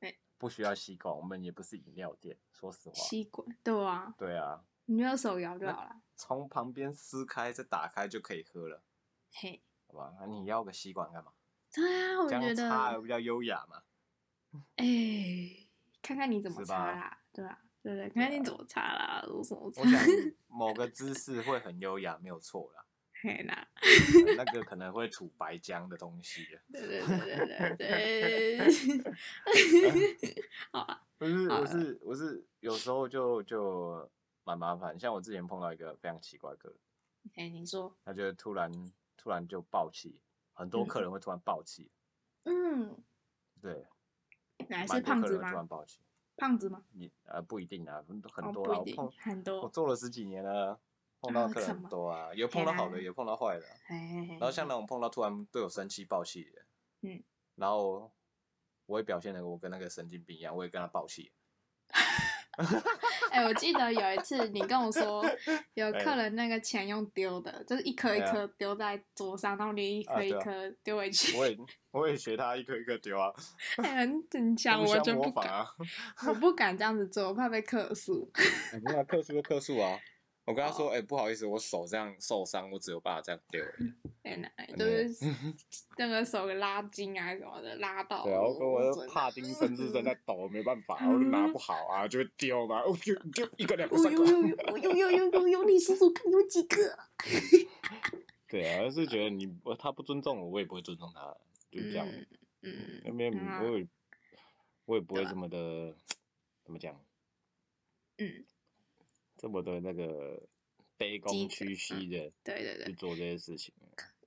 Speaker 2: 哎？
Speaker 1: 不需要吸管，我们也不是饮料店，说实话。
Speaker 2: 吸管，对啊，
Speaker 1: 对啊，
Speaker 2: 你用手摇就
Speaker 1: 那
Speaker 2: 好了。
Speaker 1: 从旁边撕开再打开就可以喝了，
Speaker 2: 嘿，
Speaker 1: 好吧？那你要个吸管干嘛？
Speaker 2: 对啊，我
Speaker 1: 这
Speaker 2: 觉
Speaker 1: 样
Speaker 2: 得，
Speaker 1: 插比较优雅嘛。
Speaker 2: 哎、看看你怎么
Speaker 1: 是
Speaker 2: 擦
Speaker 1: 吧啊
Speaker 2: 啦，对吧、对不对？看看你怎么擦啦，我怎么擦
Speaker 1: 我，想 某个姿势会很优雅，没有错 啦。
Speaker 2: 嘿啦，
Speaker 1: 那个可能会吐白浆的东西啊的。
Speaker 2: 对对对对对 对，好啊，
Speaker 1: 不是，
Speaker 2: 好
Speaker 1: 我
Speaker 2: 的
Speaker 1: 是我是有时候就就蛮麻烦，像我之前碰到一个非常奇怪的客人，
Speaker 2: 哎、你说，
Speaker 1: 他就突然突然就爆气，很多
Speaker 2: 嗯
Speaker 1: 客人会突然爆气，
Speaker 2: 嗯，
Speaker 1: 对，
Speaker 2: 哪
Speaker 1: 蛮
Speaker 2: 是
Speaker 1: 多
Speaker 2: 胖
Speaker 1: 客
Speaker 2: 子
Speaker 1: 人会突然
Speaker 2: 吗？
Speaker 1: 爆气，
Speaker 2: 胖子吗？
Speaker 1: 你呃不一定啊，很
Speaker 2: 哦
Speaker 1: 很多
Speaker 2: 不
Speaker 1: 啦，
Speaker 2: 一
Speaker 1: 我
Speaker 2: 定，很
Speaker 1: 碰我
Speaker 2: 多，
Speaker 1: 做了十几年了，碰到
Speaker 2: 啊
Speaker 1: 的客人
Speaker 2: 什
Speaker 1: 很
Speaker 2: 么
Speaker 1: 多啊，有碰到好的，
Speaker 2: 嘿啦
Speaker 1: 有碰到坏的啊，
Speaker 2: 嘿嘿嘿
Speaker 1: 然后像那种碰到突然对我生气爆气的，
Speaker 2: 嗯，
Speaker 1: 然后我会表现的我跟那个神经病一样，我也跟他爆气，
Speaker 2: 哎、我记得有一次你跟我 说，有
Speaker 1: 哎
Speaker 2: 客人那个钱用丢的，就是一颗一
Speaker 1: 对啊
Speaker 2: 颗丢在桌上，然后你一
Speaker 1: 啊
Speaker 2: 颗一
Speaker 1: 对啊
Speaker 2: 颗丢回去，
Speaker 1: 我也我也学他一颗一颗 丢啊，
Speaker 2: 哎 很很强，
Speaker 1: 互
Speaker 2: 我
Speaker 1: 相
Speaker 2: 就
Speaker 1: 模
Speaker 2: 不
Speaker 1: 仿
Speaker 2: 敢，
Speaker 1: 啊，
Speaker 2: 我不敢这样子做，我怕被客诉。
Speaker 1: 哎不是啊，克数就克数啊。我跟他说，哎、不好意思，我手这样受伤，我只有办法这样丢而已。
Speaker 2: 天哪，就
Speaker 1: 对
Speaker 2: 是那个手给拉筋啊什么的，拉到
Speaker 1: 嗯对啊，我跟我
Speaker 2: 真
Speaker 1: 的
Speaker 2: 的
Speaker 1: 帕丁森是正 在抖，没办法，我就拿不好啊，就会丢嘛，我就就一个两个三
Speaker 2: 哎呦呦呦
Speaker 1: 个。
Speaker 2: 呦呦呦呦呦，你数数看有几个？
Speaker 1: 对啊，是觉得你他不尊重我，我也不会尊重他，就这样。
Speaker 2: 嗯嗯，
Speaker 1: 那边
Speaker 2: 嗯啊
Speaker 1: 我也我也不
Speaker 2: 对
Speaker 1: 会
Speaker 2: 吧
Speaker 1: 这么的怎么讲，
Speaker 2: 嗯，
Speaker 1: 这么的那个卑
Speaker 2: 基层
Speaker 1: 躬屈膝的
Speaker 2: 对嗯对
Speaker 1: 去
Speaker 2: 对，
Speaker 1: 做这些事情。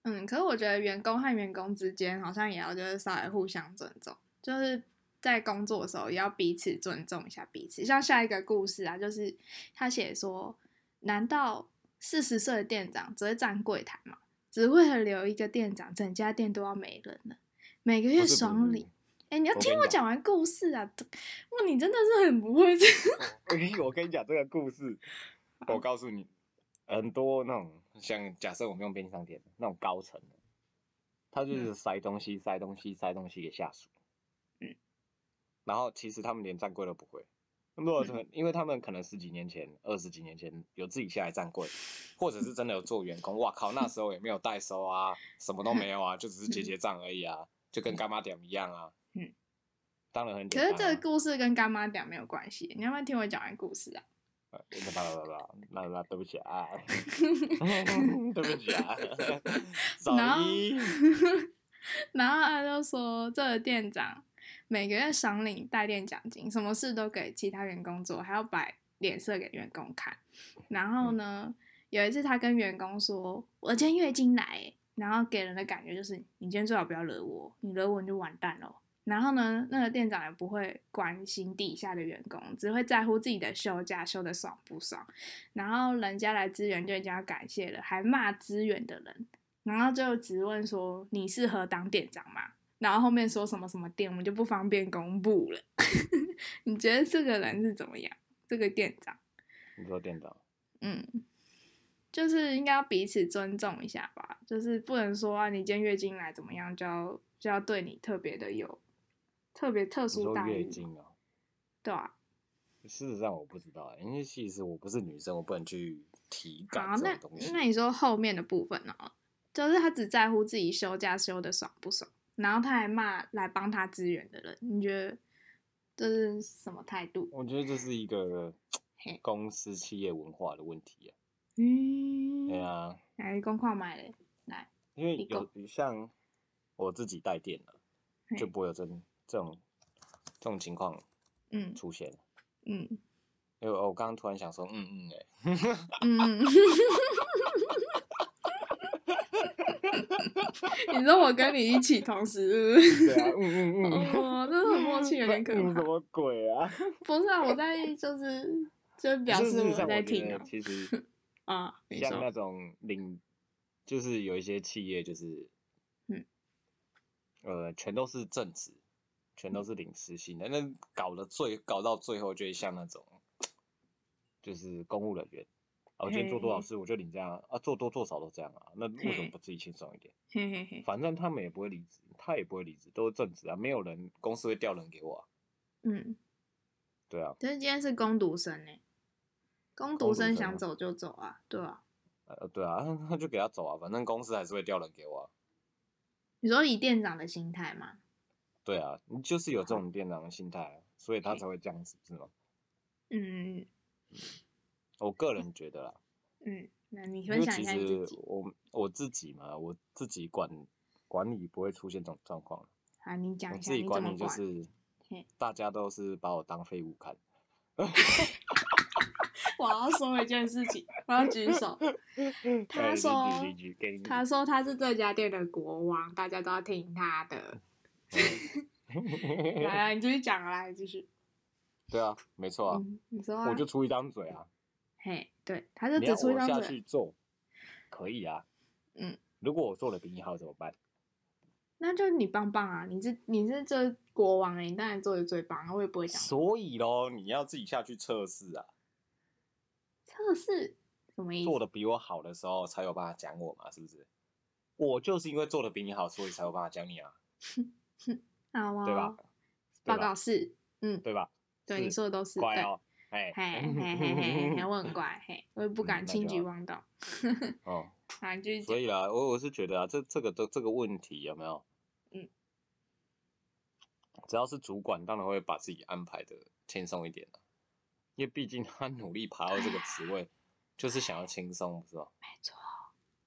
Speaker 2: 嗯，可是我觉得员工和员工之间好像也要就是稍微互相尊重，就是。在工作的时候也要彼此尊重一下彼此。像下一个故事啊，就是他写说，难道四十岁的店长只会站柜台吗？只为了留一个店长，整家店都要没人了，每个
Speaker 1: 哦不
Speaker 2: 月
Speaker 1: 是不
Speaker 2: 爽
Speaker 1: 是
Speaker 2: 领。哎、你要
Speaker 1: 我
Speaker 2: 听
Speaker 1: 跟你
Speaker 2: 我
Speaker 1: 讲
Speaker 2: 讲完故事啊！ 哇，你真的是很不会这
Speaker 1: 我跟你讲这个故事，我告诉你，很多那种像假设我们用便利商店那种高层的，他就是塞东西、塞东西、塞东西给下属。
Speaker 2: 嗯。
Speaker 1: 然后其实他们连站柜都不会。那么如 果可能因为他们可能十几年前、二十几年前有自己下来站柜，或者是真的有做员工，哇靠，那时候也没有代收啊，什么都没有啊，就只是结结账而已啊，就跟干妈点一样啊。
Speaker 2: 嗯。
Speaker 1: 当然很简
Speaker 2: 可
Speaker 1: 单、
Speaker 2: 是
Speaker 1: 啊。
Speaker 2: 这个故事跟干妈讲没有关系，你要不要听我讲完故事啊？
Speaker 1: 呃啦啦啦啦啦啦，对不起啊，对不起啊，
Speaker 2: 然后
Speaker 1: 一，
Speaker 2: 然后他就说，这个店长每个月赏领带店奖金，什么事都给其他员工做，还要摆脸色给员工看。然后呢，有一次他跟员工说：“我今天月经来欸。”然后给人的感觉就是，你今天最好不要惹我，你惹我你就完蛋了。然后呢，那个店长也不会关心底下的员工，只会在乎自己的休假休的爽不爽。然后人家来支援就已经要感谢了，还骂支援的人，然后就质问说你适合当店长吗？然后后面说什么什么店，我们就不方便公布了。 你觉得这个人是怎么样？这个店长，
Speaker 1: 你说店长，
Speaker 2: 嗯，就是应该要彼此尊重一下吧，就是不能说啊，你今天月经来怎么样，就要就要对你特别的有特别特
Speaker 1: 你
Speaker 2: 殊
Speaker 1: 说
Speaker 2: 待
Speaker 1: 月
Speaker 2: 遇，
Speaker 1: 经啊？
Speaker 2: 对啊，
Speaker 1: 事实上我不知道欸，因为其实我不是女生，我不能去体
Speaker 2: 好
Speaker 1: 感，这
Speaker 2: 那
Speaker 1: 种东西。
Speaker 2: 那你说后面的部分呢、哦就是他只在乎自己休假休的爽不爽，然后他还骂来帮他支援的人，你觉得这是什么态度？
Speaker 1: 我觉得这是一个
Speaker 2: 嘿
Speaker 1: 公司企业文化的问题啊。
Speaker 2: 嗯，
Speaker 1: 对啊，
Speaker 2: 来你公矿买嘞，来，
Speaker 1: 因为
Speaker 2: 你
Speaker 1: 有像我自己带电了，
Speaker 2: 嘿
Speaker 1: 就不会有这种这种这种情况
Speaker 2: 嗯
Speaker 1: 出现。
Speaker 2: 嗯
Speaker 1: 因为我刚刚突然想说，嗯嗯、欸，哎，
Speaker 2: 嗯， 你说我跟你一起同时，是
Speaker 1: 对啊， 嗯
Speaker 2: 不
Speaker 1: 嗯嗯
Speaker 2: 是，哦，这种 默契有点可
Speaker 1: 嗯
Speaker 2: 怕
Speaker 1: 什。么鬼啊？
Speaker 2: 不是啊，我在就是就 表
Speaker 1: 就是
Speaker 2: 示
Speaker 1: 事实上
Speaker 2: 在
Speaker 1: 我觉
Speaker 2: 听
Speaker 1: 得
Speaker 2: 啊
Speaker 1: 其实
Speaker 2: 啊， 你
Speaker 1: 像
Speaker 2: 说
Speaker 1: 那种领，就是有一些企业就是，
Speaker 2: 嗯，
Speaker 1: 呃，全都是正职，全
Speaker 2: 嗯
Speaker 1: 都是领时薪的，那搞的最搞到最后就会像那种，就是公务人员。啊，我今天做多少
Speaker 2: 嘿
Speaker 1: 事我就领这样啊啊，做多做少都这样啊，那为什
Speaker 2: 嘿
Speaker 1: 么不自己轻松一点？
Speaker 2: 嘿嘿嘿，
Speaker 1: 反正他们也不会离职，他也不会离职，都是正职啊，没有人公司会调人给我啊，
Speaker 2: 嗯，
Speaker 1: 对啊，
Speaker 2: 但是今天是攻读生呢，攻
Speaker 1: 攻
Speaker 2: 读
Speaker 1: 读
Speaker 2: 生
Speaker 1: 生
Speaker 2: 想
Speaker 1: 啊
Speaker 2: 走就走啊，对啊，
Speaker 1: 呃对啊，那就给他走啊，反正公司还是会调人给我啊，
Speaker 2: 你说以店长的心态嘛，
Speaker 1: 对啊，你就是有这种店长的心态啊，所以他
Speaker 2: 嘿
Speaker 1: 才会这样子，是吗？
Speaker 2: 嗯
Speaker 1: 我个人觉得啦，
Speaker 2: 嗯，那你
Speaker 1: 因
Speaker 2: 分
Speaker 1: 为
Speaker 2: 享一
Speaker 1: 其
Speaker 2: 下你自
Speaker 1: 实
Speaker 2: 己
Speaker 1: 我我自己嘛，我自己管管理不会出现这种状况，
Speaker 2: 啊，你
Speaker 1: 我
Speaker 2: 讲一
Speaker 1: 自
Speaker 2: 下
Speaker 1: 己
Speaker 2: 你怎
Speaker 1: 管
Speaker 2: 么
Speaker 1: 理就
Speaker 2: 管，
Speaker 1: 是
Speaker 2: 嘿
Speaker 1: 大家都是把我当废物看，
Speaker 2: 我要说一件事情，我要举手。 嗯他
Speaker 1: 哎
Speaker 2: 说，
Speaker 1: 你举你举给你
Speaker 2: 他说他是这家店的国王，大家都要听他 的。来
Speaker 1: 嗯
Speaker 2: 来，你继续讲啊，来继续。
Speaker 1: 对啊，没错啊，
Speaker 2: 嗯，你说啊
Speaker 1: 我。就出一张嘴啊，
Speaker 2: 嘿，对，他就
Speaker 1: 你
Speaker 2: 只
Speaker 1: 要
Speaker 2: 出一
Speaker 1: 我
Speaker 2: 张
Speaker 1: 下
Speaker 2: 嘴，
Speaker 1: 去做，可以啊。
Speaker 2: 嗯，
Speaker 1: 如果我做的比你好怎么办？
Speaker 2: 那就你棒棒啊！你是你是这国王哎、你当然做的最棒啊，我也不会讲
Speaker 1: 所以咯，你要自己下去测试啊，
Speaker 2: 测试什么意思
Speaker 1: 做？的比我好的时候才有办法讲我嘛，是不是？我就是因为做的比你好，所以才有办法讲你啊，
Speaker 2: 好啊，
Speaker 1: 对吧？对
Speaker 2: 报
Speaker 1: 吧
Speaker 2: 告？是，嗯，
Speaker 1: 对吧？
Speaker 2: 对，你
Speaker 1: 是
Speaker 2: 说的都是
Speaker 1: 乖
Speaker 2: 对。
Speaker 1: 哦， 哎，
Speaker 2: 嘿嘿嘿嘿嘿嘿，我很乖，嘿，我也不
Speaker 1: 嗯
Speaker 2: 敢
Speaker 1: 那
Speaker 2: 轻
Speaker 1: 就
Speaker 2: 举
Speaker 1: 好
Speaker 2: 妄动。 啊
Speaker 1: 哦，
Speaker 2: 好，你继续讲
Speaker 1: 所。以啦，我我是觉得啊，这这个的这个问题有没有？
Speaker 2: 嗯，
Speaker 1: 只要是主管，当然会把自己安排的轻松一点啊因为毕竟他努力爬到这个职位，就是想要轻松，不是吗？
Speaker 2: 没错，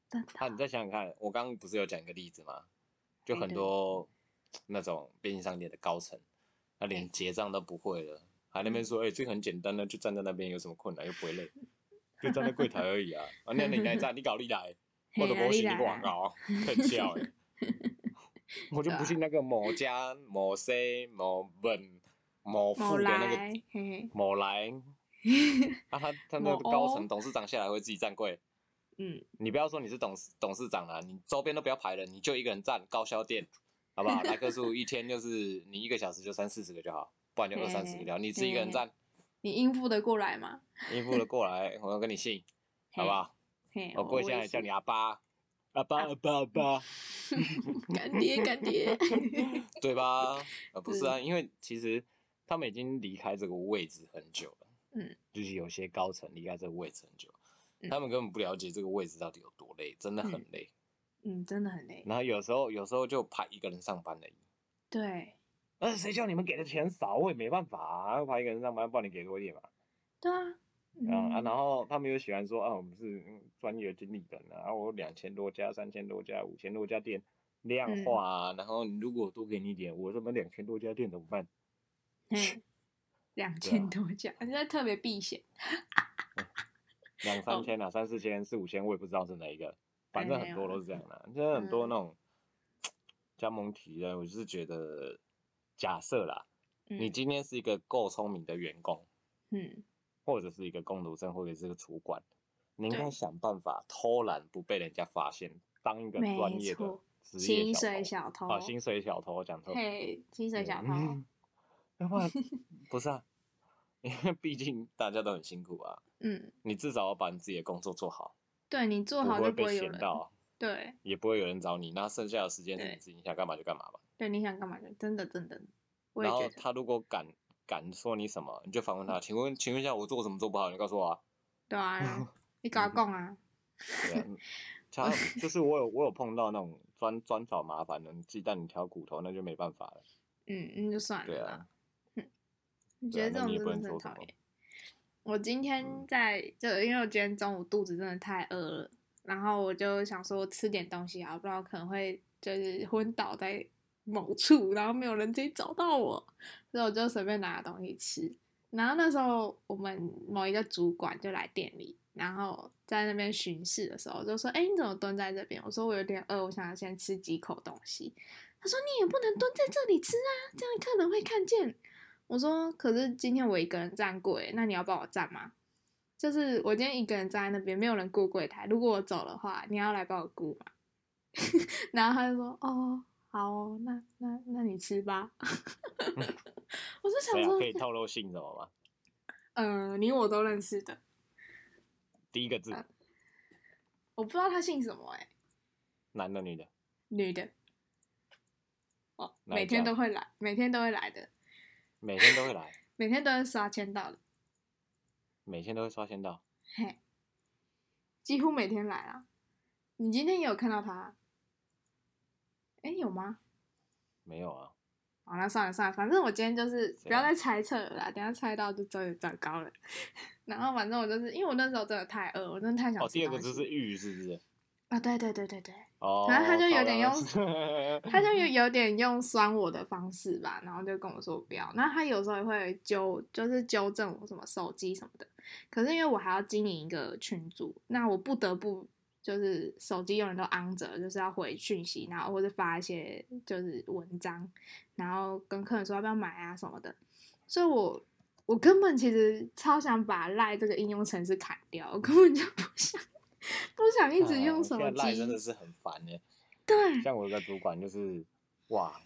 Speaker 2: 真的。
Speaker 1: 啊，你再想想看，我刚刚不是有讲一个例子吗？就
Speaker 2: 哎
Speaker 1: 很
Speaker 2: 对
Speaker 1: 多那种便利商店的高层，他
Speaker 2: 哎嗯
Speaker 1: 连结账都不会了，还那边说，哎、这个很简单的，就站在那边有什么困难又不会累，就站在柜台而已啊。啊，那你来站，你搞你 来，
Speaker 2: 嘿
Speaker 1: 我都
Speaker 2: 啊
Speaker 1: 不
Speaker 2: 你
Speaker 1: 信你
Speaker 2: 来
Speaker 1: 广
Speaker 2: 啊
Speaker 1: 告，很笑哎、我就
Speaker 2: 对啊
Speaker 1: 不信那个某家某 C 某本
Speaker 2: 某
Speaker 1: 某富的那
Speaker 2: 来
Speaker 1: 个，
Speaker 2: 嘿
Speaker 1: 某 来，
Speaker 2: 嘿，
Speaker 1: 啊，他他
Speaker 2: 某
Speaker 1: 那个高
Speaker 2: 欧
Speaker 1: 层董事长下来会自己站柜。
Speaker 2: 嗯，
Speaker 1: 你不要说你是董事董事长啦，你周边都不要排了，你就一个人站高销店，好不好？来客数一天就是你一个小时就三四十个就好，不然就二三十个就好。你自己一个人站，
Speaker 2: 你应付得过来吗？
Speaker 1: 应付了过来，我跟你姓，好不好？
Speaker 2: 嘿，
Speaker 1: 我跪下来
Speaker 2: 也
Speaker 1: 叫
Speaker 2: 是
Speaker 1: 你阿啊爸，阿爸阿爸阿爸，
Speaker 2: 干爹干 爹，
Speaker 1: 对吧？呃，不是啊，因为其实他们已经离开这个位置很久了，
Speaker 2: 嗯，
Speaker 1: 就是有些高层离开这个位置很久，
Speaker 2: 嗯
Speaker 1: 他们根本不了解这个位置到底有多累，真的很
Speaker 2: 嗯
Speaker 1: 累。
Speaker 2: 嗯，真的很累。
Speaker 1: 然后有时候有时候就派一个人上班而已。
Speaker 2: 对，
Speaker 1: 那呃谁叫你们给的钱少，我也没办法啊，我怕一个人上班，不然你给多一点嘛。
Speaker 2: 对啊，
Speaker 1: 啊、啊，
Speaker 2: 嗯
Speaker 1: 然后他们又喜欢说啊，我们是嗯专业经理人啊，然后我两千多家、三千多家、五千多家店
Speaker 2: 嗯
Speaker 1: 量化啊，然后你如果多给你一点，我这么两千多家店怎么办？
Speaker 2: 嘿，两
Speaker 1: 对啊
Speaker 2: 千多家，现在特别避险。
Speaker 1: 两三千啊，三四千、四五千，我也不知道是哪一个，反正
Speaker 2: 哦哎
Speaker 1: 很
Speaker 2: 呀
Speaker 1: 多都是这样的、现在很多
Speaker 2: 嗯
Speaker 1: 那种加盟体验，我就是觉得假设啦，你
Speaker 2: 嗯
Speaker 1: 今天是一个够聪明的员工，
Speaker 2: 嗯，
Speaker 1: 或者是一个工读生，或者是一个主管，你应
Speaker 2: 对
Speaker 1: 该想办法偷懒，不被人家发现，当一个
Speaker 2: 没
Speaker 1: 专业的
Speaker 2: 错
Speaker 1: 职业
Speaker 2: 薪水
Speaker 1: 小
Speaker 2: 小偷
Speaker 1: 偷啊，，薪水小偷讲错，
Speaker 2: 嘿，薪水
Speaker 1: 对
Speaker 2: 小偷
Speaker 1: 嗯，要不然 不是啊，因为毕竟大家都很辛苦啊，
Speaker 2: 嗯，
Speaker 1: 你至少要把你自己的工作做好，
Speaker 2: 对你做
Speaker 1: 不
Speaker 2: 好就
Speaker 1: 会
Speaker 2: 不会
Speaker 1: 被
Speaker 2: 有
Speaker 1: 闲
Speaker 2: 人，
Speaker 1: 到，啊
Speaker 2: 对
Speaker 1: 也不会有人找你，那剩下的时间是
Speaker 2: 对
Speaker 1: 你自己想干嘛就干嘛吧。
Speaker 2: 对，你想干嘛就真的真的，我也
Speaker 1: 然
Speaker 2: 觉
Speaker 1: 后
Speaker 2: 得，
Speaker 1: 他如果敢敢说你什么，你就反 问他，请问请问一下我做什么做不好，你告诉我啊。
Speaker 2: 对 啊，你搞共啊，
Speaker 1: 对 啊，他就是我有我有碰到那种专专找麻烦的，鸡蛋里挑骨头，那就没办法了。
Speaker 2: 嗯，那就算
Speaker 1: 对
Speaker 2: 了啦
Speaker 1: 啊。，
Speaker 2: 你
Speaker 1: 对
Speaker 2: 觉
Speaker 1: 啊
Speaker 2: 得这
Speaker 1: 那
Speaker 2: 种
Speaker 1: 你也
Speaker 2: 真
Speaker 1: 不
Speaker 2: 的
Speaker 1: 能
Speaker 2: 是很
Speaker 1: 说什
Speaker 2: 讨
Speaker 1: 么嗯
Speaker 2: 厌。我今天在就因为我今天中午肚子真的太饿了，然后我就想说吃点东西啊，不然我可能会就是昏倒在某处，然后没有人可以找到我，所以我就随便拿东西吃。然后那时候我们某一个主管就来店里，然后在那边巡视的时候就说：“哎，你怎么蹲在这边？”我说：“我有点饿，我想要先吃几口东西。”他说：“你也不能蹲在这里吃啊，这样客人会看见。”我说：“可是今天我一个人站柜，那你要帮我站吗？就是我今天一个人站在那边，没有人顾柜台。如果我走的话，你要来帮我顾吗？” 然后他就说：“哦，好哦那那那你吃吧。” 我就想
Speaker 3: 嗯对啊
Speaker 2: 说，
Speaker 3: 可以透露姓什么吗？
Speaker 2: 呃，你我都认识的，
Speaker 3: 第一个
Speaker 2: 啊
Speaker 3: 字，
Speaker 2: 我不知道他姓什么哎、
Speaker 3: 男的女的，
Speaker 2: 女的，哦，
Speaker 3: 哪一
Speaker 2: 每天
Speaker 3: 家
Speaker 2: 都会来，每天都会来的，
Speaker 3: 每天都会来，
Speaker 2: 每天都会刷签到的，
Speaker 3: 每天都会刷签到。
Speaker 2: 嘿，几乎每天来啊。你今天也有看到他？哎、有吗？
Speaker 3: 没有啊，
Speaker 2: 好，那算了算了，反正我今天就是
Speaker 3: 谁啊
Speaker 2: 不要再猜测了啦，等一下猜到就真的长高了。 然后反正我就是因为我那时候真的太饿，我真的太想
Speaker 3: 哦，
Speaker 2: 吃
Speaker 3: 第二个
Speaker 2: 东
Speaker 3: 字
Speaker 2: 西
Speaker 3: 是玉，是不是？
Speaker 2: 啊，对对对对对，
Speaker 3: 哦，
Speaker 2: 然后他就有
Speaker 3: 靠
Speaker 2: 点
Speaker 3: 腰
Speaker 2: 用 他就有有点用酸我的方式吧，然后就跟我说不要。那他有时候也会纠，就是纠正我什么手机什么的。可是因为我还要经营一个群组，那我不得不就是手机永远都昂着，就是要回讯息，然后或者发一些就是文章，然后跟客人说要不要买啊什么的。所以我我根本其实超想把赖这个应用程式砍掉，我根本就不想不想一直用
Speaker 3: 啊
Speaker 2: 手
Speaker 3: 现在赖
Speaker 2: 机，
Speaker 3: 真的是很烦呢。
Speaker 2: 对。
Speaker 3: 像我有个主管就是，哇，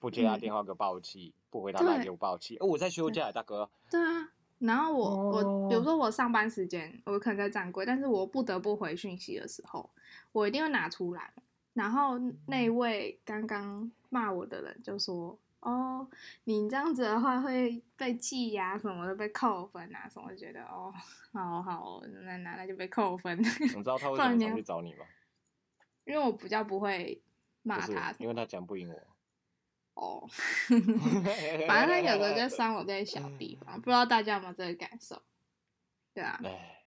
Speaker 3: 不接他
Speaker 2: 嗯
Speaker 3: 电话给我爆气，不回他赖
Speaker 2: 对
Speaker 3: 给我爆气。哦，我在休假，大哥。
Speaker 2: 对啊，然后我、我比如
Speaker 3: 哦
Speaker 2: 说我上班时间，我可能在站柜，但是我不得不回讯息的时候，我一定会拿出来。然后那位刚刚骂我的人就说：“哦，你这样子的话会被记呀、什么的，被扣分啊什么。”我觉得哦，好好哦，那那那就被扣分，
Speaker 3: 你知道他为
Speaker 2: 不然
Speaker 3: 什么
Speaker 2: 你啊
Speaker 3: 想
Speaker 2: 要
Speaker 3: 去找你吗？
Speaker 2: 因为我比较不会骂
Speaker 3: 不是
Speaker 2: 他，
Speaker 3: 因为他讲不赢我。
Speaker 2: 哦。反正他有时候就伤我这些小地方，不知道大家有没有这个感受？对啊，
Speaker 3: 哎，